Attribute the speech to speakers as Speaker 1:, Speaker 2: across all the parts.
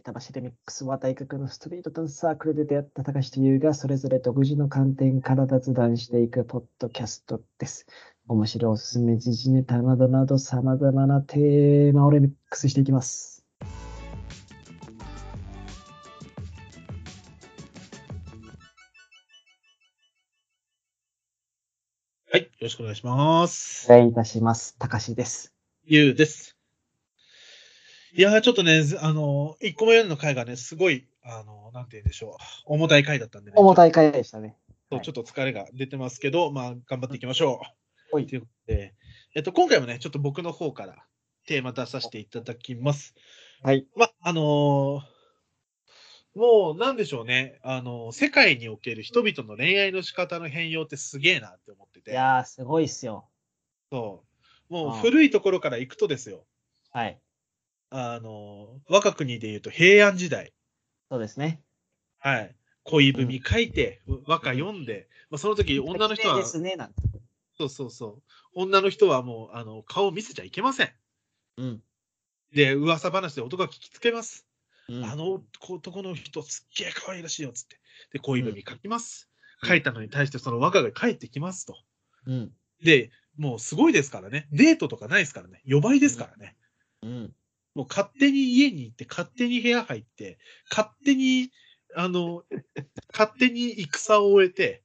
Speaker 1: 板橋でミックスは大学のストリートダンスサークルで出会った高橋と優がそれぞれ独自の観点から雑談していくポッドキャストです。面白いおすすめ、時事ネタなどなど様々なテーマをレミックスしていきます。
Speaker 2: はい。よろしくお願いします
Speaker 1: 失。礼いたします。高橋です。
Speaker 2: ゆうです。いやー、ちょっとね、ずあのー、1個目の回がね、すごい、あのー、なんて言うんでしょう。重たい回だったんでね。
Speaker 1: 重たい回でしたね。
Speaker 2: そうちょっと疲れが出てますけど、まあ、頑張っていきましょう。
Speaker 1: はい
Speaker 2: ということで、えっと、今回もね、ちょっと僕の方からテーマ出させていただきます。
Speaker 1: はい。
Speaker 2: まあ、あのーもう、なんでしょうね。あのー世界における人々の恋愛の仕方の変容ってすげえなって思って
Speaker 1: い
Speaker 2: て。
Speaker 1: やー、すごいっすよ。
Speaker 2: そう。も
Speaker 1: あ
Speaker 2: う
Speaker 1: あ
Speaker 2: 古いところから行くとですよ。
Speaker 1: はい。
Speaker 2: あの、我が国で言うと平安時代。
Speaker 1: そうですね。
Speaker 2: はい。恋文書いて、和歌読んで、まあ、その時女の人
Speaker 1: 綺麗
Speaker 2: は、
Speaker 1: で
Speaker 2: そ
Speaker 1: すね、なんて。
Speaker 2: うそうそう。女の人はもう、あの、顔を見せちゃいけません。
Speaker 1: うん。
Speaker 2: で、噂話で男が聞きつけます。
Speaker 1: うん
Speaker 2: あの男の人すっげえ可愛らしいよっつって。で、恋文書きます。書いたのに対してその和歌が返ってきますと。
Speaker 1: うん。
Speaker 2: で、もうすごいですからね。デートとかないですからね。4倍ですからね。
Speaker 1: うん。
Speaker 2: もう勝手に家に行って、勝手に部屋入って、勝手に、あの、勝手に戦を終えて、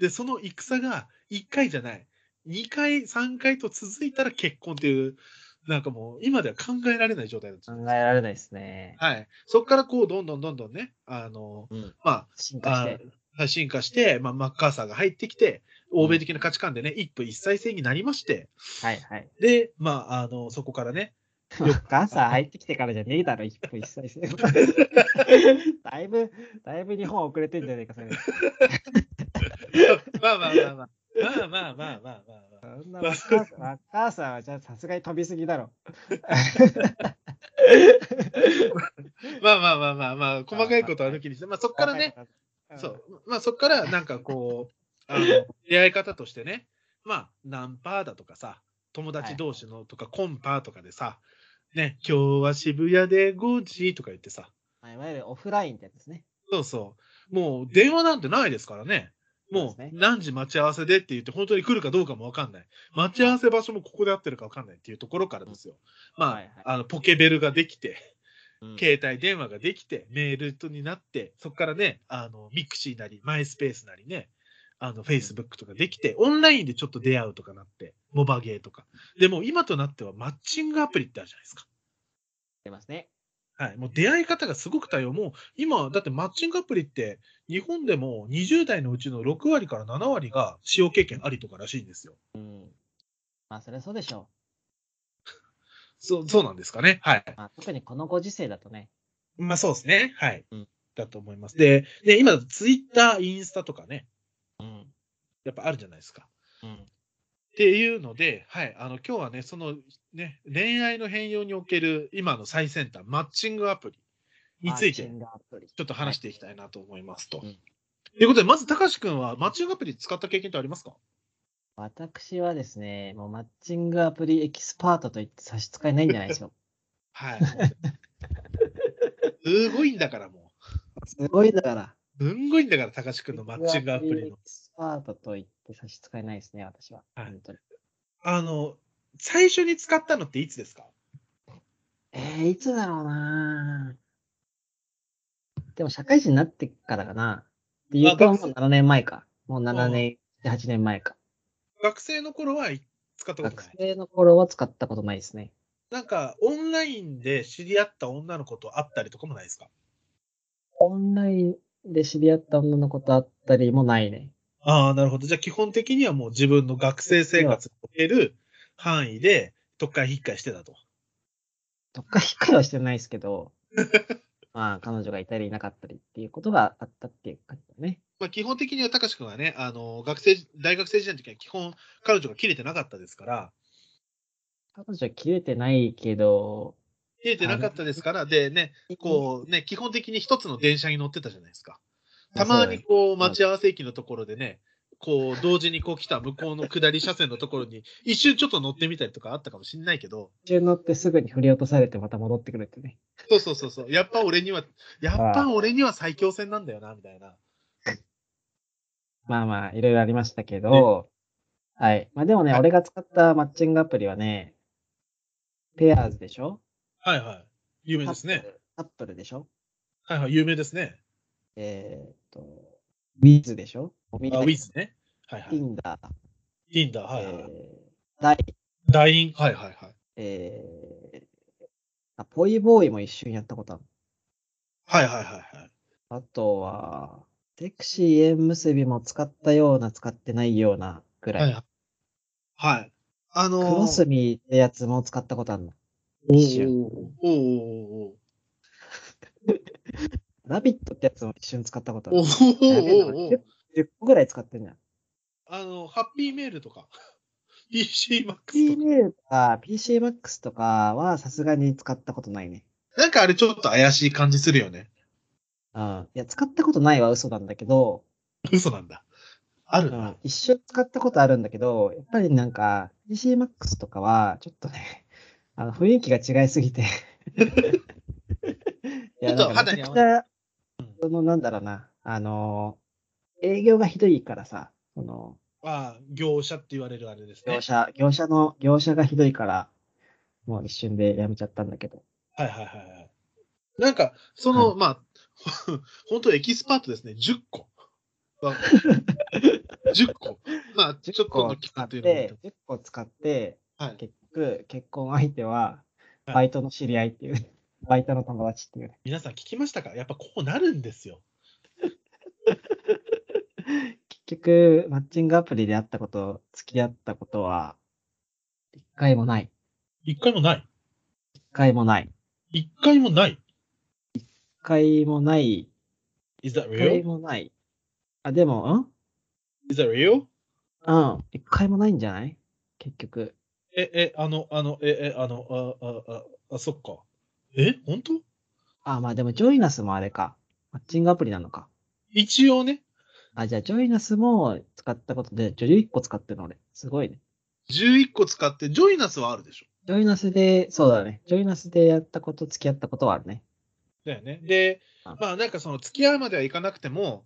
Speaker 2: で、その戦が1回じゃない、2回、3回と続いたら結婚っていう、なんかもう今では考えられない状態なんです
Speaker 1: 考
Speaker 2: よ。
Speaker 1: えられないですね。
Speaker 2: はい。そこからこう、どんどんどんどんね、あの、
Speaker 1: うん。
Speaker 2: ま
Speaker 1: 進化し
Speaker 2: あ
Speaker 1: て。、
Speaker 2: あ進化して、まあ、マッカーサーが入ってきて、欧米的な価値観でね、一夫一妻制になりまして、
Speaker 1: はいはい。
Speaker 2: で、まあ、あの、そこからね、よく
Speaker 1: ガサ入ってきてからじゃねえだろ、一夫一妻制。だいぶ、だいぶ日本遅れてんじゃねえか、それ。
Speaker 2: まあまあまあまあ。まあまあまあまあまあまあ。
Speaker 1: そんな若さ若さはじゃあさすがに飛びすぎだろ。
Speaker 2: まあまあまあまあまあ、細かいことは抜きにして、まあそこからね、
Speaker 1: うん。
Speaker 2: そう、まあそこからなんかこう、あの出会い方としてね、まあ、ナンパーだとかさ、友達同士のとか、コンパーとかでさ、ね、今日は渋谷で5時とか言ってさ、
Speaker 1: まあいわゆるオフラインってやつですね。
Speaker 2: そうそう、もう電話なんてないですからね。
Speaker 1: そ
Speaker 2: も
Speaker 1: うですね
Speaker 2: う何時待ち合わせでって言って、本当に来るかどうかも分かんない。待ち合わせ場所もここで合ってるか分かんないっていうところからですよ。ま
Speaker 1: はいはい
Speaker 2: あ、あのポケベルができて、
Speaker 1: うん
Speaker 2: 携帯電話ができて、メールになって、そこからね、あの、ミクシーなり、マイスペースなりね、あの、フェイスブックとかできて、オンラインでちょっと出会うとかなって、モバゲーとか。でも今となってはマッチングアプリってあるじゃないですか。
Speaker 1: 出ますね。
Speaker 2: はい。もう出会い方がすごく多様。もう今、だってマッチングアプリって、日本でも20代のうちの6割から7割が使用経験ありとからしいんですよ。
Speaker 1: うん。まあそれはそうでしょ
Speaker 2: そう、そうなんですかね。はい。
Speaker 1: う。まあ特にこのご時世だとね。
Speaker 2: まあそうですね。はい。
Speaker 1: うん
Speaker 2: だと思います。で、で今、ツイッター、インスタとかね、
Speaker 1: うん。
Speaker 2: やっぱあるじゃないですか。
Speaker 1: うん。
Speaker 2: っていうので、はい、あの今日はね、そのね、恋愛の変容における今の最先端、マッチングアプリに
Speaker 1: マッ
Speaker 2: ついて
Speaker 1: チン、グアプリ
Speaker 2: ちょっと話していきたいなと思いますと。
Speaker 1: うん
Speaker 2: ということで、まず、高橋君はマッチングアプリ使った経験ってありますか
Speaker 1: 私はですね、もうマッチングアプリエキスパートと言って差し支えないんじゃないでしょうか
Speaker 2: はい。すごいんだから、も
Speaker 1: すごいだから。
Speaker 2: う。すんごいんだから、高橋君のマッチングアプリ
Speaker 1: エ
Speaker 2: の。
Speaker 1: キスパートと言って差し支えないですね、私は。
Speaker 2: はい
Speaker 1: 本当に。
Speaker 2: あの、最初に使ったのっていつですか
Speaker 1: えー、いつだろうなでも社会人になってからかな。っていうと、
Speaker 2: あ
Speaker 1: もう
Speaker 2: 学生
Speaker 1: 7年前か。もう7年、8年前か。
Speaker 2: 学生の頃はい使ったこと
Speaker 1: 学
Speaker 2: ない。
Speaker 1: 生の頃は使ったことないですね。
Speaker 2: なんか、オンラインで知り合った女の子と会ったりとかもないですか
Speaker 1: オンラインで知り合った女の子と会ったりもないね。
Speaker 2: ああ、なるほど。じゃあ基本的にはもう自分の学生生活における範囲で、特会引っかいしてたと。
Speaker 1: とか引っかいはしてないですけ ど、まあ、彼女がいたりいなかったりっていうことがあったっていう感じだね。
Speaker 2: まあ、基本的には高志くんはね、あの、学生、大学生時代の時は基本、彼女が切れてなかったですから、
Speaker 1: 彼女は切れてないけど、
Speaker 2: 切れてなかったですから、でね、こうね、基本的に一つの電車に乗ってたじゃないですか。たまにこう、待ち合わせ駅のところでね、こう、同時にこう来た向こうの下り車線のところに、一瞬ちょっと乗ってみたりとかあったかもしんないけど、
Speaker 1: 中乗ってすぐに振り落とされてまた戻ってくるってね。
Speaker 2: そうそうそうそう、やっぱ俺には、やっぱ俺には最強戦なんだよな、みたいな。
Speaker 1: まあまあ、いろいろありましたけど、はい。まあでもね、
Speaker 2: はい
Speaker 1: 俺が使ったマッチングアプリはね、ペアーズでしょ
Speaker 2: はいはい。有名です
Speaker 1: タッ
Speaker 2: ね
Speaker 1: プ。ル。タップルでしょ
Speaker 2: はいはい、有名ですね。
Speaker 1: えーっと、ウィズでしょウ
Speaker 2: あ、ウィズね。はいは
Speaker 1: イ
Speaker 2: い。
Speaker 1: ンダー、
Speaker 2: ティンダー、はいはい。
Speaker 1: えー、ダイ、
Speaker 2: ダイン、はいはいはい。
Speaker 1: えー、あ、ポイボーイも一瞬やったことある。
Speaker 2: はいはいはいはい。
Speaker 1: あとは、セクシー縁結びも使ったような、使ってないようなぐらい。
Speaker 2: はいはい。はい。あの
Speaker 1: ク
Speaker 2: ー、
Speaker 1: ロスミーってやつも使ったことあるの。
Speaker 2: お
Speaker 1: 一
Speaker 2: ー
Speaker 1: 瞬
Speaker 2: おーお
Speaker 1: ラビットってやつも一瞬使ったことあ
Speaker 2: ーおーおーお
Speaker 1: る。
Speaker 2: ーおーおー
Speaker 1: 10個ぐらい使ってんじゃん。
Speaker 2: あの、ハッピーメールとか、PC マックス
Speaker 1: p
Speaker 2: とか。
Speaker 1: メールとか PCMAX とかはさすがに使ったことないね。
Speaker 2: なんかあれちょっと怪しい感じするよね。
Speaker 1: うん。いや、使ったことないは嘘なんだけど、
Speaker 2: 嘘なんだ。あ
Speaker 1: う
Speaker 2: る
Speaker 1: ん
Speaker 2: な。、
Speaker 1: 一瞬使ったことあるんだけど、やっぱりなんか PCMAX とかはちょっとね、 あの雰囲気が違いす ぎて。いや、な
Speaker 2: ちょっ
Speaker 1: ん
Speaker 2: と
Speaker 1: か
Speaker 2: 肌
Speaker 1: め
Speaker 2: に
Speaker 1: ちゃ
Speaker 2: 合わ
Speaker 1: く
Speaker 2: な
Speaker 1: ちゃ、そのなんだろうな、あの、営業がひどいからさ、その、
Speaker 2: ああ、業者って言われるあれですね。
Speaker 1: 業者、業者の、業者がひどいから、もう一瞬でやめちゃったんだけど。
Speaker 2: はいはいはいはい。なんか、その、
Speaker 1: は
Speaker 2: まあ、 本当エキスパートですね。10個。わ10個。まあ、ちょっとの期間というのもあって
Speaker 1: 10個使って、
Speaker 2: はい。
Speaker 1: 結局、結婚相手は、バイトの知り合いっていう、 バイトの友達っていうね。
Speaker 2: 皆さん聞きましたかやっぱこうなるんですよ。
Speaker 1: 結局、マッチングアプリで会ったこと、付き合ったことは、一回もない。
Speaker 2: 一回もない。
Speaker 1: 一回もない。
Speaker 2: 一回もない。
Speaker 1: 一回もない。
Speaker 2: Is that
Speaker 1: 一回
Speaker 2: real?
Speaker 1: もない。あ、でも、ん
Speaker 2: Is that real?
Speaker 1: うん。一回もないんじゃない結局。
Speaker 2: え、え、あの、あの、え、え、あの、あ、あ、あ、あそっか。え、本当
Speaker 1: あ、まあでも、ジョイナスもあれか。マッチングアプリなのか。
Speaker 2: 一応ね、
Speaker 1: あ、じゃあ、ジョイナスも使ったことで、11個使ってるの俺。すごいね。
Speaker 2: 11個使って、ジョイナスはあるでしょ。
Speaker 1: ジョイナスで、そうだね。ジョイナスでやったこと、付き合ったことはあるね。
Speaker 2: だよね。で
Speaker 1: あ、
Speaker 2: まあなんかその、付き合うまではいかなくても、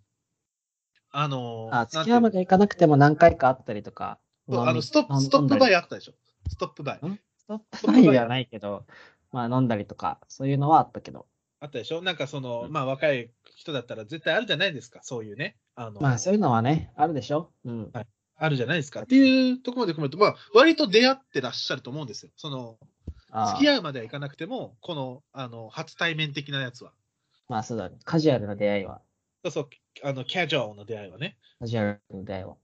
Speaker 2: あの、
Speaker 1: あ、付
Speaker 2: な
Speaker 1: き
Speaker 2: んて
Speaker 1: 合
Speaker 2: いう
Speaker 1: ま
Speaker 2: の
Speaker 1: でいかなくても何回かあったりとか。
Speaker 2: そう
Speaker 1: 飲
Speaker 2: あ
Speaker 1: み
Speaker 2: のストッ
Speaker 1: 飲
Speaker 2: プ、
Speaker 1: ん
Speaker 2: ストップ
Speaker 1: 飲
Speaker 2: バイ
Speaker 1: んだり
Speaker 2: あったでしょ。ストップバイ。
Speaker 1: ストッ
Speaker 2: ス
Speaker 1: プ
Speaker 2: トッ
Speaker 1: バ
Speaker 2: プバイ
Speaker 1: イじゃないけど、まあ飲んだりとか、そういうのはあったけど。
Speaker 2: あったでしょ。なんかその、
Speaker 1: うん
Speaker 2: まあ若い人だったら絶対あるじゃないですか。そういうね。あの、
Speaker 1: まあそういうのはね、あるでしょうん。
Speaker 2: あるじゃないですか。っていうところまで込めると、まあ割と出会ってらっしゃると思うんですよ。その、
Speaker 1: あ
Speaker 2: 付き合うまではいかなくても、この、あの、初対面的なやつは。
Speaker 1: まあそうだね。カジュアルな出会いは。
Speaker 2: そうそう、あの、キャジュアルの出会いはね。
Speaker 1: カジュアルな出会いは。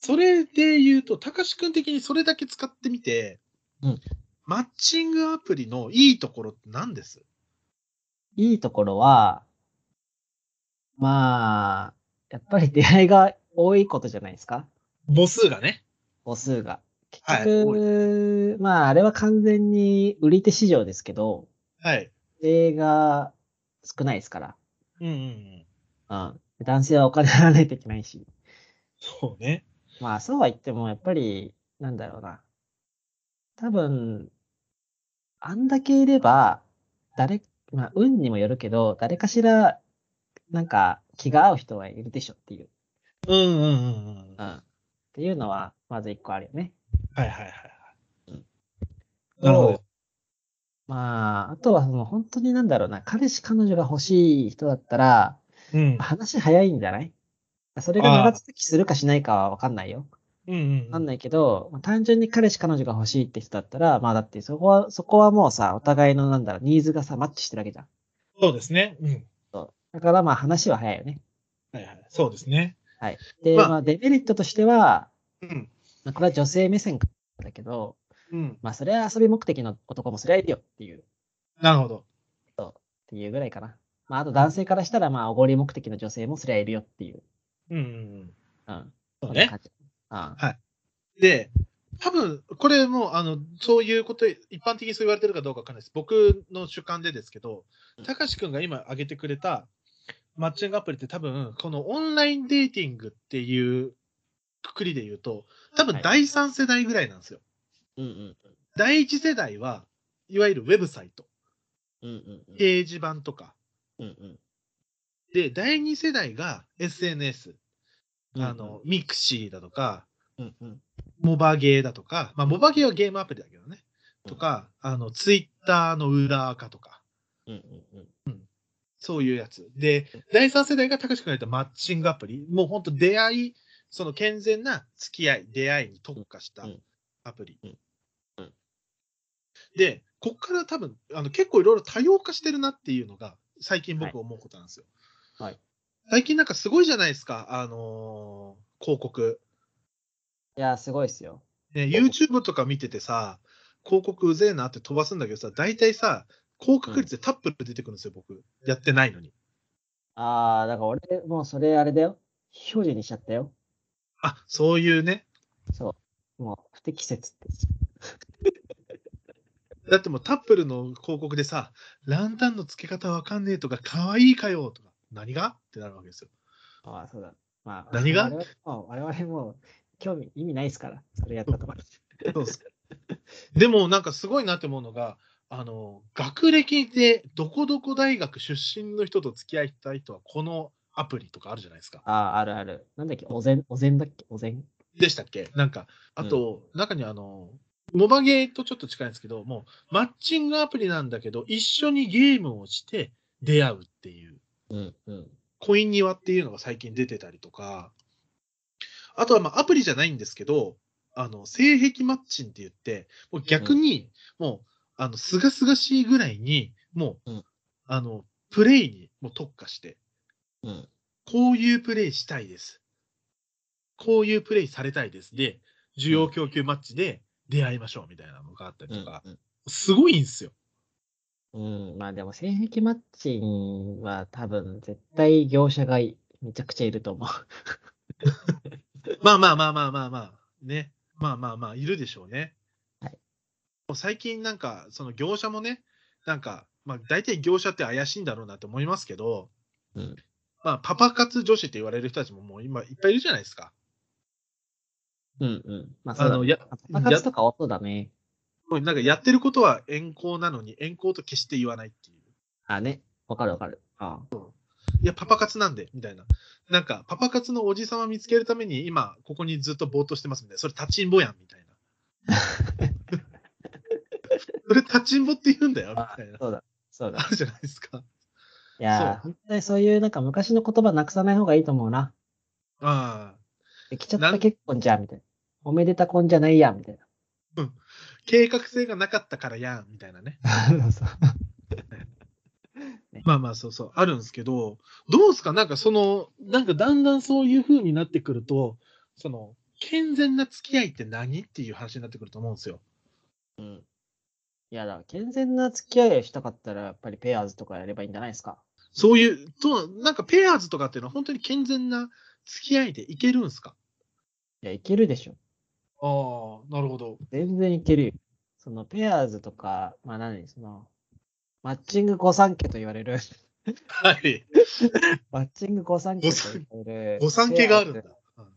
Speaker 2: それで言うと、たかしくん的にそれだけ使ってみて、
Speaker 1: うん
Speaker 2: マッチングアプリのいいところって何です
Speaker 1: いいところは、まあ、やっぱり出会いが多いことじゃないですか。
Speaker 2: 母数がね。
Speaker 1: 母数が。結
Speaker 2: はい
Speaker 1: 局、まああれは完全に売り手市場ですけど、
Speaker 2: はい。
Speaker 1: 女性が少ないですから。
Speaker 2: うんうんうん。
Speaker 1: うん。男性はお金払わないといけないし。
Speaker 2: そうね。
Speaker 1: まあ、そうは言っても、やっぱり、なんだろうな。多分、あんだけいれば、誰、まあ、運にもよるけど、誰かしら、なんか、気が合う人はいるでしょっていう。
Speaker 2: うんうんうんうん。
Speaker 1: うん。
Speaker 2: はい
Speaker 1: っていうのは、まず一個あるよね。
Speaker 2: はいはいはい。な
Speaker 1: な
Speaker 2: るほど。
Speaker 1: まあ、あとは、その、本当になんだろうな。彼氏、彼女が欲しい人だったら、
Speaker 2: うん。
Speaker 1: 話早いんじゃないそれが長続きするかしないかはわかんないよ。
Speaker 2: うん
Speaker 1: わ
Speaker 2: う
Speaker 1: かん
Speaker 2: ん。
Speaker 1: ないけど、まあ単純に彼氏彼女が欲しいって人だったら、まあだってそこは、そこはもうさ、お互いのなんだろう、ニーズがさ、マッチしてるわけじゃん。
Speaker 2: そうですね。うん。
Speaker 1: だからまあ話は早いよね。
Speaker 2: はいはい。そうですね。
Speaker 1: で、
Speaker 2: まあ
Speaker 1: まあデメリットとしては、
Speaker 2: うん。
Speaker 1: まあこれは女性目線からだけど、
Speaker 2: うん。
Speaker 1: まあそれは遊び目的の男もそれはいるよっていう、っ
Speaker 2: なるほど。
Speaker 1: ていうぐらいかな。まああと男性からしたら、まあおごり目的の女性もそれはいるよっていう。
Speaker 2: うんうんうん。
Speaker 1: うん。
Speaker 2: そう
Speaker 1: こんな
Speaker 2: ね。
Speaker 1: 感じ。うん。
Speaker 2: で、多分これもうあのそういうこと、一般的にそう言われてるかどうかわかんないです。僕の主観でですけど、たかしくんが今挙げてくれたマッチングアプリって多分、このオンラインデーティングっていうくくりで言うと、多分第3世代ぐらいなんですよ。
Speaker 1: うんうん
Speaker 2: 第1世代は、いわゆるウェブサイト、
Speaker 1: うんうんうん
Speaker 2: 掲示板とか。
Speaker 1: うんうん
Speaker 2: で、第2世代が SNS、
Speaker 1: うん
Speaker 2: あの、ミクシーだとか、
Speaker 1: うんうん
Speaker 2: モバゲーだとか、まあ、モバゲーはゲームアプリだけどね、とか、あの、ツイッターの裏垢とか、
Speaker 1: うんうんうん
Speaker 2: そういうやつ。で、第3世代が高橋君が言ったマッチングアプリ、もう本当出会い、その健全な付き合い、出会いに特化した
Speaker 1: うん
Speaker 2: アプリ
Speaker 1: うんうん。
Speaker 2: で、こっから多分、あの結構いろいろ多様化してるなっていうのが、最近僕思うことなんですよ。
Speaker 1: はい
Speaker 2: 最近なんかすごいじゃないですか、あのー広告。
Speaker 1: いやーすごいっすよ
Speaker 2: ね、YouTube とか見ててさ、広告うぜえなって飛ばすんだけどさ、大体さ、高確率でタップル出てくるんですよ、僕。やってないのに。
Speaker 1: ああだから俺もうそれあれだよ非表示にしちゃったよ
Speaker 2: あ、そういうね。
Speaker 1: そうもう不適切って
Speaker 2: だってもうタップルの広告でさ、ランタンの付け方わかんねえとか、かわいいかよとか、何がってなるわけですよ。
Speaker 1: ああそうだまあ
Speaker 2: 何が
Speaker 1: 我々もう我々もう興味意味ないっすからそれやったと か
Speaker 2: そうっすでもなんかすごいなって思うのが、あの、学歴でどこどこ大学出身の人と付き合いたい人はこのアプリとかあるじゃないですか。
Speaker 1: あああるあるなんだっけお膳お膳だっけお膳
Speaker 2: でしたっけなんか、あと、中にあの、モバゲーとちょっと近いんですけど、もう、マッチングアプリなんだけど、一緒にゲームをして出会うっていう、
Speaker 1: うんうん
Speaker 2: コイン庭っていうのが最近出てたりとか、あとはまあアプリじゃないんですけど、あの、性癖マッチンって言って、もう逆に、もう、あの、すがすがしいぐらいに、もう、
Speaker 1: うん
Speaker 2: あの、プレイにもう特化して、
Speaker 1: うん
Speaker 2: こういうプレイしたいです。こういうプレイされたいです。で、需要供給マッチで出会いましょうみたいなのがあったりとか、すごいんですよ。
Speaker 1: うん、まあでも性癖マッチンは多分絶対業者がいめちゃくちゃいると思う。
Speaker 2: まあまあまあまあまあまあ、ね。まあまあまあ、いるでしょうね。
Speaker 1: はい
Speaker 2: もう最近なんか、その業者もね、なんか、まあ大体業者って怪しいんだろうなって思いますけど、
Speaker 1: うん
Speaker 2: まあパパ活女子って言われる人たちももう今いっぱいいるじゃないですか。
Speaker 1: うんうん。まあそ
Speaker 2: あ
Speaker 1: うだ
Speaker 2: の、
Speaker 1: ね。
Speaker 2: や、
Speaker 1: パパ活とかはそうだね。
Speaker 2: もうなんかやってることは遠行なのに、遠行と決して言わないっていう。
Speaker 1: あね。わかるわかる。ああ
Speaker 2: いや、パパ活なんで、みたいな。なんか、パパ活のおじさま見つけるために、今、ここにずっとぼーっとしてますみたいな。それ、立ちんぼやん、みたいな。それ、立ちんぼって言うんだよ、み
Speaker 1: あ
Speaker 2: たいな。
Speaker 1: そうだ。そうだ
Speaker 2: あ。るじゃないですか。
Speaker 1: いやー、本当にそういうなんか昔の言葉なくさない方がいいと思うな。
Speaker 2: ああ。
Speaker 1: できちゃっ
Speaker 2: な
Speaker 1: た
Speaker 2: ん
Speaker 1: 結婚じゃんみたいな。おめでた婚じゃないやんみたい
Speaker 2: 計画性がなかったからやん、みたいなね。
Speaker 1: な。 そう
Speaker 2: まあまあ、そうそう、あるんですけど、どうですかなんか、その、なんか、だんだんそういう風になってくると、その、健全な付き合いって何っていう話になってくると思うんですよ。
Speaker 1: うん。いやだから健全な付き合いをしたかったらやっぱりペアーズとかやればいいんじゃないですか。
Speaker 2: そういう、となんかペアーズとかっていうのは本当に健全な付き合いでいけるんですか
Speaker 1: いや、いけるでしょ。
Speaker 2: ああ、なるほど。
Speaker 1: 全然いけるよ。そのペアーズとか、まあ何、その、マッチング御三家と言われる。
Speaker 2: はい。
Speaker 1: マッチング御三家と言われる。
Speaker 2: 御三家があるんだ。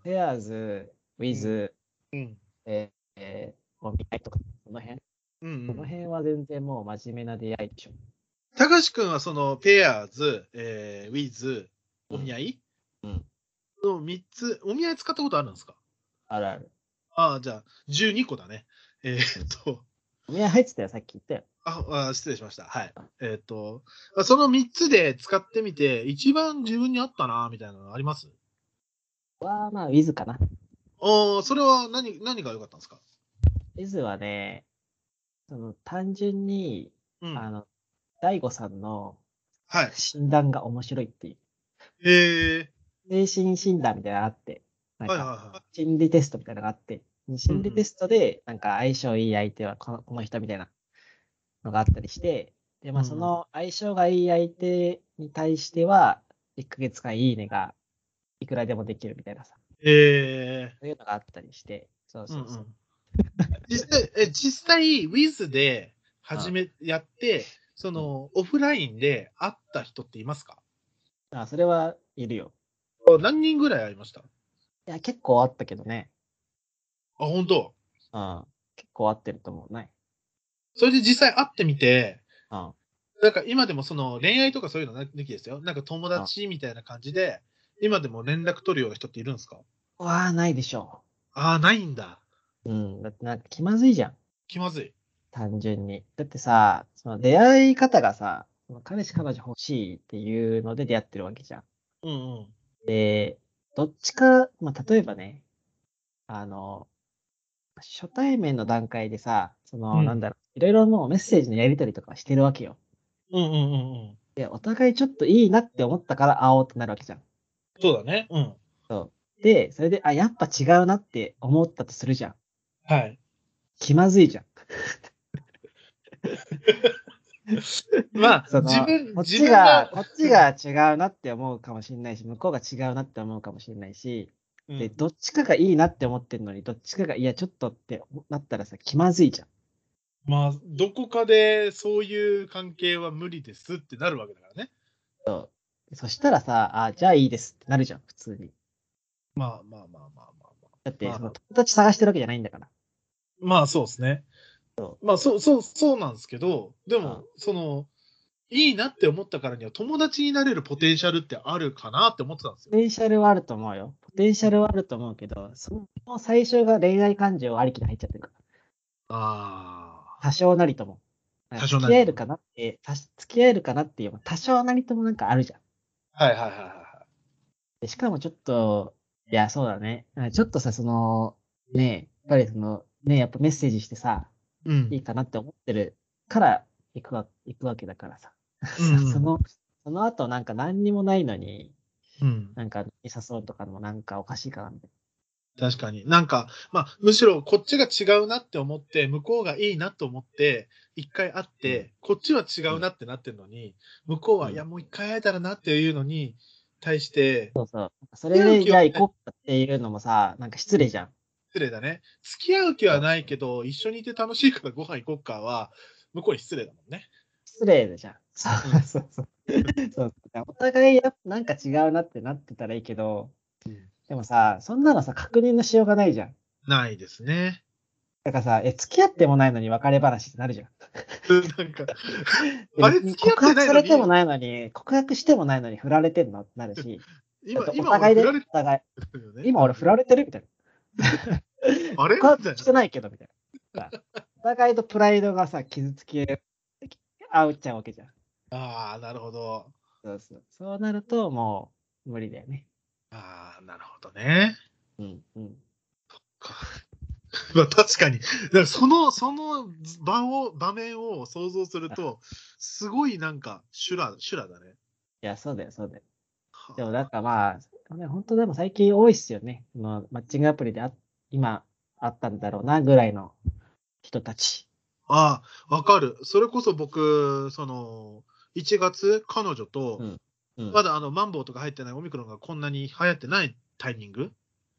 Speaker 1: ペアーズ、ウィズ、
Speaker 2: うん。
Speaker 1: えーえー、お見合いとか、その辺、
Speaker 2: うん
Speaker 1: その辺は全然もう真面目な出会いでしょ。
Speaker 2: たかしくんはそのペアーズ、えー、ウィズ、お見合い、
Speaker 1: うん
Speaker 2: の3つ、お見合い使ったことあるんですか
Speaker 1: あるある。
Speaker 2: ああ、じゃあ12個だね。えー、っと、
Speaker 1: お見合い入ってたよ、さっき言ったよ。
Speaker 2: ああ、失礼しました。はい。えー、っと、まあその3つで使ってみて、一番自分に合ったな、みたいなのあります
Speaker 1: は、まあ、ウィズかな。
Speaker 2: ああ、それは何、何が良かったんですか
Speaker 1: ウィズはね、その、単純に、
Speaker 2: うん。
Speaker 1: あ
Speaker 2: は
Speaker 1: の、大悟さんの
Speaker 2: い。
Speaker 1: 診断が面白いっていう。
Speaker 2: へえ
Speaker 1: 精神診断みたいなのがあって、なん
Speaker 2: はいはい
Speaker 1: か、
Speaker 2: はい。
Speaker 1: 心理テストみたいなのがあって、心理テストで、なんか相性いい相手はこのこの人みたいなのがあったりして、で、まあ
Speaker 2: うん
Speaker 1: その相性がいい相手に対しては、1ヶ月間いいねがいくらでもできるみたいなさ、
Speaker 2: え
Speaker 1: そういうのがあったりして、そう
Speaker 2: ーう
Speaker 1: そ
Speaker 2: んう
Speaker 1: うそう。
Speaker 2: ん、実際、え実際、Wiz で始め、やって、その、オフラインで会った人っていますか
Speaker 1: あそれはいるよ。
Speaker 2: あ何人ぐらい会いました
Speaker 1: いや、結構あったけどね。
Speaker 2: あ、本当
Speaker 1: うん。結構合ってると思うね。
Speaker 2: それで実際会ってみて、
Speaker 1: うん。
Speaker 2: なんか今でもその恋愛とかそういうの抜きですよ。なんか友達みたいな感じで、今でも連絡取るような人っているんですか
Speaker 1: わあ、ないでしょ
Speaker 2: ああ、ないんだ。
Speaker 1: う。うん。だってなんか気まずいじゃん。
Speaker 2: 気まずい。
Speaker 1: 単純に。だってさ、その出会い方がさ、その彼氏彼女欲しいっていうので出会ってるわけじゃん。
Speaker 2: うんうん。
Speaker 1: で、どっちか、まあ、例えばね、あの、初対面の段階でさ、その、
Speaker 2: うん
Speaker 1: なんだろう、いろいろもうメッセージのやり取りとかはしてるわけよ。
Speaker 2: うんうんうんうん。
Speaker 1: で、お互いちょっといいなって思ったから会おうってなるわけじゃん。
Speaker 2: そうだね。うん。
Speaker 1: で、それで、あ、やっぱ違うなって思ったとするじゃん。
Speaker 2: はい。
Speaker 1: 気まずいじゃん。
Speaker 2: まあ、
Speaker 1: その
Speaker 2: 自分、
Speaker 1: こっ
Speaker 2: 自
Speaker 1: ち
Speaker 2: 分
Speaker 1: が
Speaker 2: が、、
Speaker 1: こっちが違うなって思うかもしれないし、向こうが違うなって思うかもしれないし、
Speaker 2: うん
Speaker 1: で、どっちかがいいなって思ってるのに、どっちかが、いや、ちょっとってなったらさ、気まずいじゃん。
Speaker 2: まあ、どこかでそういう関係は無理ですってなるわけだからね。
Speaker 1: そしたらさ、あ、じゃあいいですってなるじゃん、普通に。
Speaker 2: まあまあまあまあまあまあ。
Speaker 1: だって、
Speaker 2: まあ
Speaker 1: その友達探してるわけじゃないんだから。
Speaker 2: まあそうですね。まあそうそうそうなんですけど、で
Speaker 1: ああ
Speaker 2: も、その、いいなって思ったからには友達になれるポテンシャルってあるかなって思ってたんです
Speaker 1: ポ
Speaker 2: よ。
Speaker 1: テンシャルはあると思うよ。ポテンシャルはあると思うけど、その最初が恋愛感情ありきで入っちゃってるから。
Speaker 2: あ
Speaker 1: 多少なりとも。
Speaker 2: 多少なりとも
Speaker 1: 付き合えるかなって、たし付き合えるかなっていう、多少なりともなんかあるじゃん。
Speaker 2: あ。はいはいはいは
Speaker 1: でしかもちょっと、いや、そうだね。ちょっとさ、その、ねやっぱりその、ねやっぱメッセージしてさ、
Speaker 2: い。うん
Speaker 1: いいかなって思ってるから、行くわ、行くわけだからさ。
Speaker 2: うんう ん
Speaker 1: その、その後なんか何にもないのに、
Speaker 2: うん、
Speaker 1: なんか誘うとかもなんかおかしいかな、みたい
Speaker 2: 確かに。なんか、まあ、むしろこっちが違うなって思って、向こうがいいなと思って、一回会って、
Speaker 1: う
Speaker 2: こっちは違うなってなってるのに、向こうは、
Speaker 1: うん
Speaker 2: いや、もう一回会えたらなっていうのに対して、
Speaker 1: な。それで、
Speaker 2: 勇気
Speaker 1: じ
Speaker 2: を
Speaker 1: ゃあ
Speaker 2: ね
Speaker 1: 行こうかっていうのもさ、なんか失礼じゃん。
Speaker 2: 失礼だね。付き合う気はないけど、一緒にいて楽しいからご飯行こっかは、向こうに失礼だもんね。
Speaker 1: 失礼じゃん。そう
Speaker 2: う ん
Speaker 1: そうそう。そうお互いやっぱなんか違うなってなってたらいいけど、でもさ、そんなのさ、確認のしようがないじゃん。
Speaker 2: ないですね。
Speaker 1: だからさ、え、付き合ってもないのに別れ話ってなるじゃん。
Speaker 2: なんか、あれ
Speaker 1: 別に
Speaker 2: 付き合ってないの
Speaker 1: 告白さ
Speaker 2: に
Speaker 1: れてもないのに、告白してもないのに振られてんのってなるし、
Speaker 2: 今
Speaker 1: だっ、てお
Speaker 2: 今
Speaker 1: 互
Speaker 2: 俺
Speaker 1: いで、
Speaker 2: 振
Speaker 1: お
Speaker 2: られて
Speaker 1: 互い、
Speaker 2: るよね。
Speaker 1: 今俺振られてるみたいな。
Speaker 2: あれ
Speaker 1: 告
Speaker 2: みたい
Speaker 1: 白してないけど、みたいな。 お互いのプライドがさ、傷つき合うっちゃうわけじゃん。
Speaker 2: な。ああ、なるほど。
Speaker 1: そうそう。そうなると、もう、無理だよね。
Speaker 2: ああ、なるほどね。
Speaker 1: うん、うん。
Speaker 2: まあ確かに、だからその、その場を、場面を想像すると、すごいなんか、修羅、修羅だね。
Speaker 1: いや、そうだよ、そうだよ。
Speaker 2: はあ
Speaker 1: でもなんかまあ、ね、本当でも最近多いっすよね。そのマッチングアプリであ今あったんだろうなぐらいの人たち。
Speaker 2: ああ、わかる。それこそ僕、その、1月、彼女と、
Speaker 1: うん
Speaker 2: まだあのマンボウとか入ってないオミクロンがこんなに流行ってないタイミング、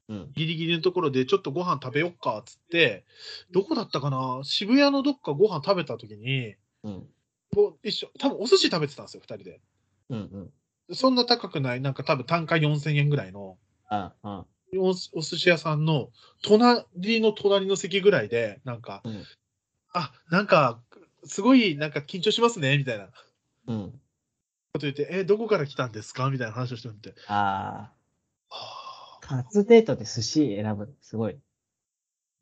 Speaker 1: うん
Speaker 2: ギリギリのところでちょっとご飯食べよっかっつって、どこだったかな、渋谷のどっかご飯食べた時に、
Speaker 1: うん
Speaker 2: もう一緒、多分お寿司食べてたんですよ、2人で。
Speaker 1: うんうん
Speaker 2: そんな高くない、なんか多分単価4000円ぐらいの
Speaker 1: ああ
Speaker 2: おお寿司屋さんの隣の隣の席ぐらいで、なんか、
Speaker 1: うん
Speaker 2: あなんか、すごいなんか緊張しますねみたいなこ
Speaker 1: うん
Speaker 2: と言って、え、どこから来たんですかみたいな話をしてみて、
Speaker 1: あ
Speaker 2: は
Speaker 1: あ初デートで寿司選ぶすごい
Speaker 2: ぁ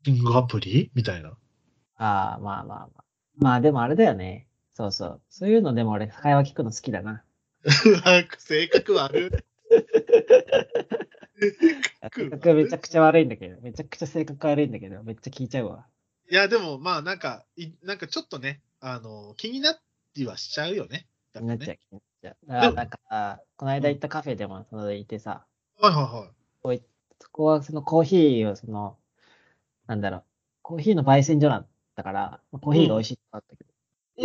Speaker 2: リングアプリみたいな。
Speaker 1: ああまあまあまあまあでもあれだよねそうそうそういうのでも俺会話聞くの好きだな
Speaker 2: なんか性格悪
Speaker 1: 性格めちゃくちゃ悪いんだけどめちゃくちゃ性格悪いんだけどめっちゃ聞いちゃうわ
Speaker 2: い。いや、でも、まあ、なんか、いなんかちょっとね、あの、気になりはしちゃうよね。だ
Speaker 1: に
Speaker 2: から
Speaker 1: なっ
Speaker 2: ね
Speaker 1: ちゃう気になっちゃうだ
Speaker 2: で
Speaker 1: から
Speaker 2: も
Speaker 1: なんかあーこの間行ったカフェでもそのいてさ、
Speaker 2: はいはいはい。
Speaker 1: そこはそのコーヒーをその、なんだろう、コーヒーの焙煎所だったから、まあコーヒーが美味しいとかあったけど、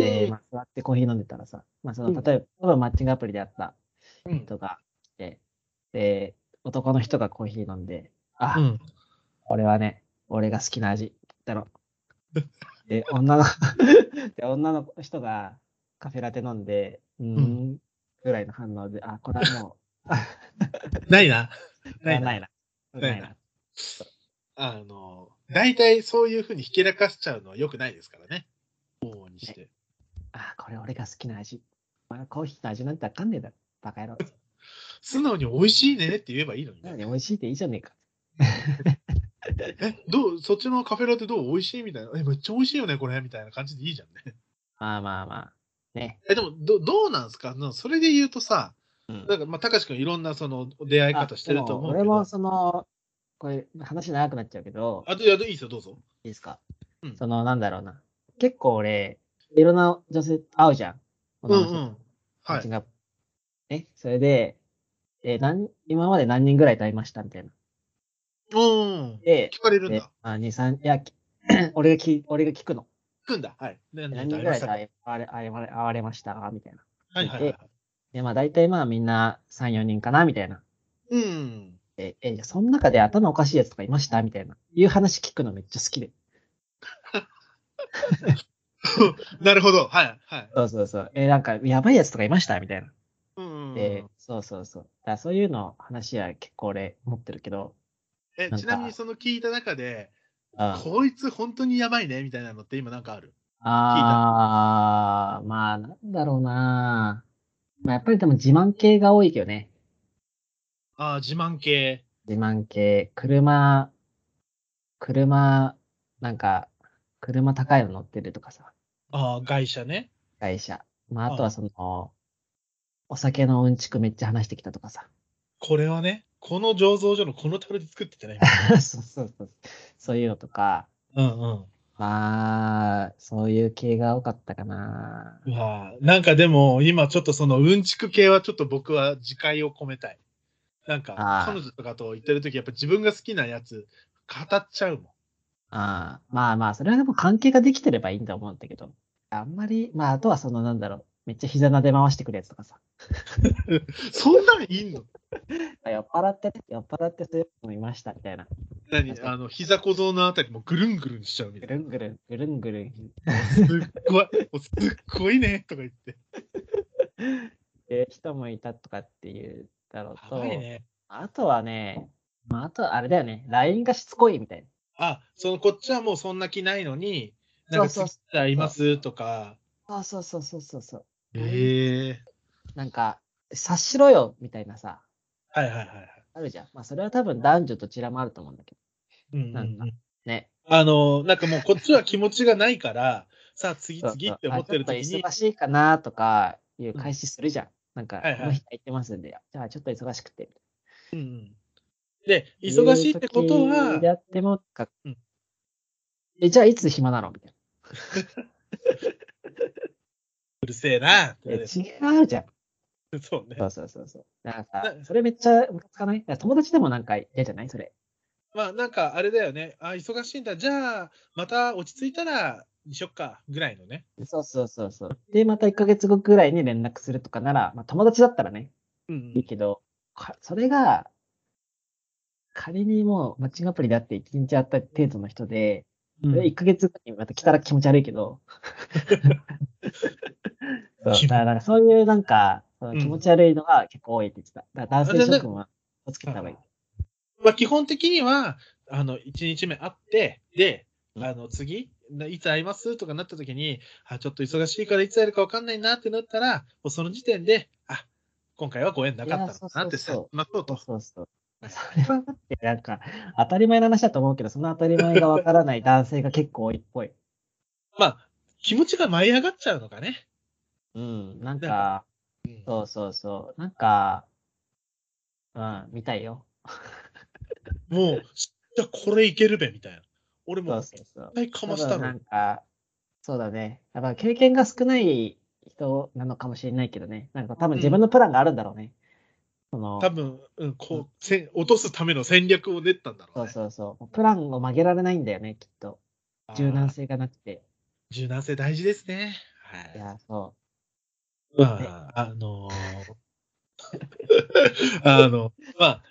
Speaker 1: で、まあ、座ってコーヒー飲んでたらさ、まあその、
Speaker 2: うん
Speaker 1: 例えば、多分マッチングアプリであった
Speaker 2: うん
Speaker 1: 人が来て、で、男の人がコーヒー飲んで、あ、
Speaker 2: うん
Speaker 1: 俺はね、俺が好きな味だ ろ。で、女の、 で、女の人がカフェラテ飲んで、うーん、、
Speaker 2: うん
Speaker 1: ぐらいの反応で、あ、これはもう、
Speaker 2: ないな。
Speaker 1: ないな。みたいな。
Speaker 2: あの、大体そういうふうにひけらかしちゃうのは良くないですからね。往々にして。
Speaker 1: あー、これ俺が好きな味。お前コーヒーの味なんてわかんねえだろ。バカ野郎。
Speaker 2: 素直に美味しいねって言えばいいのに
Speaker 1: な
Speaker 2: ね
Speaker 1: の。に美味しいでいいじゃねえ か。
Speaker 2: え、どう、そっちのカフェラテどう美味しいみたいな。え、めっちゃ美味しいよね、これ。みたいな感じでいいじゃんね。
Speaker 1: まあまあまあ。ね。
Speaker 2: え、でも、どどうなんですかなそれで言うとさ、
Speaker 1: うん
Speaker 2: なんか、まあ、たかしくんいろんなその出会い方してると思う
Speaker 1: あ
Speaker 2: け
Speaker 1: でも俺も
Speaker 2: ど。
Speaker 1: その、これ話長くなっちゃうけど、
Speaker 2: あと、いや、いいですよ、どうぞ。
Speaker 1: いいですか、
Speaker 2: うん
Speaker 1: その、なんだろうな。結構俺、いろんな女性会うじゃん。
Speaker 2: うんう
Speaker 1: 女の
Speaker 2: ん。
Speaker 1: 人
Speaker 2: は
Speaker 1: たち
Speaker 2: い。
Speaker 1: がね、それで、え何、今まで何人ぐらいと会いましたみたいな。
Speaker 2: うん。
Speaker 1: で、
Speaker 2: 聞かれるん
Speaker 1: で
Speaker 2: だ。
Speaker 1: あ2、3、いや、き 俺がき俺が聞くの。
Speaker 2: 聞くんだ。はい。何
Speaker 1: 何人ぐらいと会え会われ会われ会われましたかみたいな。
Speaker 2: はいはいはい。
Speaker 1: で、まあ大体まあみんな3、4人かなみたいな。
Speaker 2: うん。
Speaker 1: え、え、じゃあその中で頭おかしいやつとかいましたみたいな。いう話聞くのめっちゃ好きで。
Speaker 2: なるほど。はいはい。
Speaker 1: そうそうそう。え、なんかやばいやつとかいましたみたいな。
Speaker 2: うん。
Speaker 1: で、そうそうそう。だからそういうの話は結構俺持ってるけど、
Speaker 2: え
Speaker 1: なんか
Speaker 2: ちなみにその聞いた中で、
Speaker 1: あ
Speaker 2: こいつ本当にやばいねみたいなのって今なんかある
Speaker 1: あー、まあなんだろうな。まあやっぱりでも自慢系が多いけどね。
Speaker 2: ああ、自慢系。
Speaker 1: 自慢系、車、車、なんか、車高いの乗ってるとかさ、
Speaker 2: ああ、外車ね。
Speaker 1: 会社。まあ
Speaker 2: あ
Speaker 1: あとはその、お酒のうんちくめっちゃ話してきたとかさ。
Speaker 2: これはね、この醸造所のこの樽で作って てね。
Speaker 1: そうそうそう。そういうのとか、
Speaker 2: うんうん。
Speaker 1: まあ、そういう系が多かったかな。
Speaker 2: うわあなんかでも、今ちょっとそのうんちく系はちょっと僕は自戒を込めたい。なんか
Speaker 1: あ、ー
Speaker 2: 彼女とかと言ってるとき、やっぱ自分が好きなやつ、語っちゃうもん。
Speaker 1: ああ、まあまあ、それはでも関係ができてればいいんだと思うんだけど。あんまり、まあ、あとはその、なんだろう。めっちゃ膝なで回してくるやつとかさ。
Speaker 2: そんなんいんの
Speaker 1: 酔っ払ってね、酔っ払ってそういうのもいました、みたいな。
Speaker 2: 何あの、膝小僧のあたりもぐるんぐるんしちゃうみ
Speaker 1: ぐ
Speaker 2: た い
Speaker 1: るんぐるん、ぐるんぐるん。
Speaker 2: な。すっごい、もうすっごいね、とか言って。
Speaker 1: え人もいたとかっていうだろう
Speaker 2: や
Speaker 1: と、
Speaker 2: ばいね。
Speaker 1: あとはね、まあ、あとはあれだよね。LINE がしつこいみたいな。
Speaker 2: あ、そのこっちはもうそんな気ないのに、なんか
Speaker 1: そうそう
Speaker 2: 次からいますとか。
Speaker 1: そうそうそうそうそうそう。そう
Speaker 2: ええ
Speaker 1: なんか、察しろよ、みたいなさ。
Speaker 2: はいはいはいはい。
Speaker 1: あるじゃん。まあ、それは多分男女どちらもあると思うんだけ
Speaker 2: うんうんう
Speaker 1: なんか
Speaker 2: ん
Speaker 1: ど。ね。
Speaker 2: あの、なんかもうこっちは気持ちがないから、さあ次
Speaker 1: そう
Speaker 2: 次
Speaker 1: そう
Speaker 2: って思ってる時
Speaker 1: あちょっ
Speaker 2: に
Speaker 1: と、忙しいかなとかいう開始するじゃん。なんか、
Speaker 2: はいはい
Speaker 1: この日空いてますんで、じゃあちょっと忙しくて。
Speaker 2: うんうんで、忙しいってこと
Speaker 1: いう
Speaker 2: は
Speaker 1: 時、やってもか、
Speaker 2: うん
Speaker 1: え、じゃあいつ暇なのみたいう
Speaker 2: るせえなって
Speaker 1: な。え
Speaker 2: ね。
Speaker 1: 違うじゃん。
Speaker 2: そうね
Speaker 1: そ。うそうそうそう。なんか
Speaker 2: な、
Speaker 1: それめっちゃムカつかないだから友達でもなんか嫌じゃないそれ。
Speaker 2: まあなんかあれだよね。あ、忙しいんだ。じゃあ、また落ち着いたらにしよっか、ぐらいのね。
Speaker 1: そうそうそうそう。で、また1ヶ月後くらいに連絡するとかなら、まあ友達だったらね、
Speaker 2: うん
Speaker 1: いいけど、かそれが、仮にもうマッチングアプリだって1日あった程度の人で、
Speaker 2: うん。
Speaker 1: で、1ヶ月後にまた来たら気持ち悪いけ ど。そう
Speaker 2: 気分
Speaker 1: だからなんかそういうなんか、その気持ち悪いのが結構多いって言ってた。だから男性諸君は気をつけた方がいい。
Speaker 2: まあ、基本的には、あの、1日目会って、で、
Speaker 1: うん
Speaker 2: あの、次、ないつ会いますとかなった時に、あ、ちょっと忙しいからいつ会えるか分かんないなってなったら、もうその時点で、あ、今回はご縁なかった
Speaker 1: いやそ
Speaker 2: の
Speaker 1: う
Speaker 2: かなって
Speaker 1: そうそう
Speaker 2: さ、まあ、そう
Speaker 1: そう
Speaker 2: と。
Speaker 1: そうそう。それはだってなんか当たり前の話だと思うけど、その当たり前がわからない男性が結構多いっぽい。
Speaker 2: まあ、気持ちが舞い上がっちゃうのかね。
Speaker 1: うん、なん
Speaker 2: なん
Speaker 1: か、そうそうそう。なんか、うん、見たいよ。
Speaker 2: もう、しじゃあこれいけるべ、みたいな。俺
Speaker 1: そ
Speaker 2: も
Speaker 1: う
Speaker 2: 絶
Speaker 1: そうそう。
Speaker 2: 対かまし
Speaker 1: 多
Speaker 2: た
Speaker 1: 分なん
Speaker 2: の。
Speaker 1: か、そうだね。やっぱ経験が少ない人なのかもしれないけどね。なんか多分自分のプランがあるんだろうね。
Speaker 2: 多分、うん、こう、せん落とすための戦略を練ったんだろう
Speaker 1: そう
Speaker 2: ね。
Speaker 1: そうそう。プランを曲げられないんだよね、きっと。
Speaker 2: あー
Speaker 1: 柔軟。性がなくて。
Speaker 2: 柔軟性大事ですね。はい
Speaker 1: いや、そ
Speaker 2: まあ、あのー あの、まあ、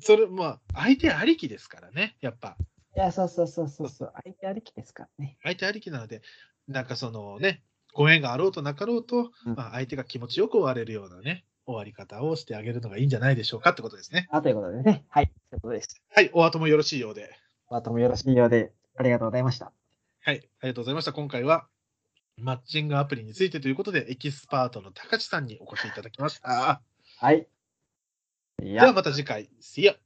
Speaker 2: それ、まあ、相手ありきですからね、やっぱ。
Speaker 1: う。いや、そうそうそうそうそう。相手ありきですからね。
Speaker 2: 相手ありきなので、なんかそのね、ご縁があろうとなかろうと、
Speaker 1: うん
Speaker 2: まあ、相手が気持ちよく終われるようなね、終わり方をしてあげるのがいいんじゃないでしょうかってことですね。
Speaker 1: あということでね。はい。それではということです。
Speaker 2: はい、お後もよろしいようで。
Speaker 1: またもよろしいようで、ありがとうございました。
Speaker 2: はい、ありがとうございました。今回は、マッチングアプリについてということで、エキスパートの高地さんにお越しいただきました。
Speaker 1: はい。い
Speaker 2: ではまた次回、See ya!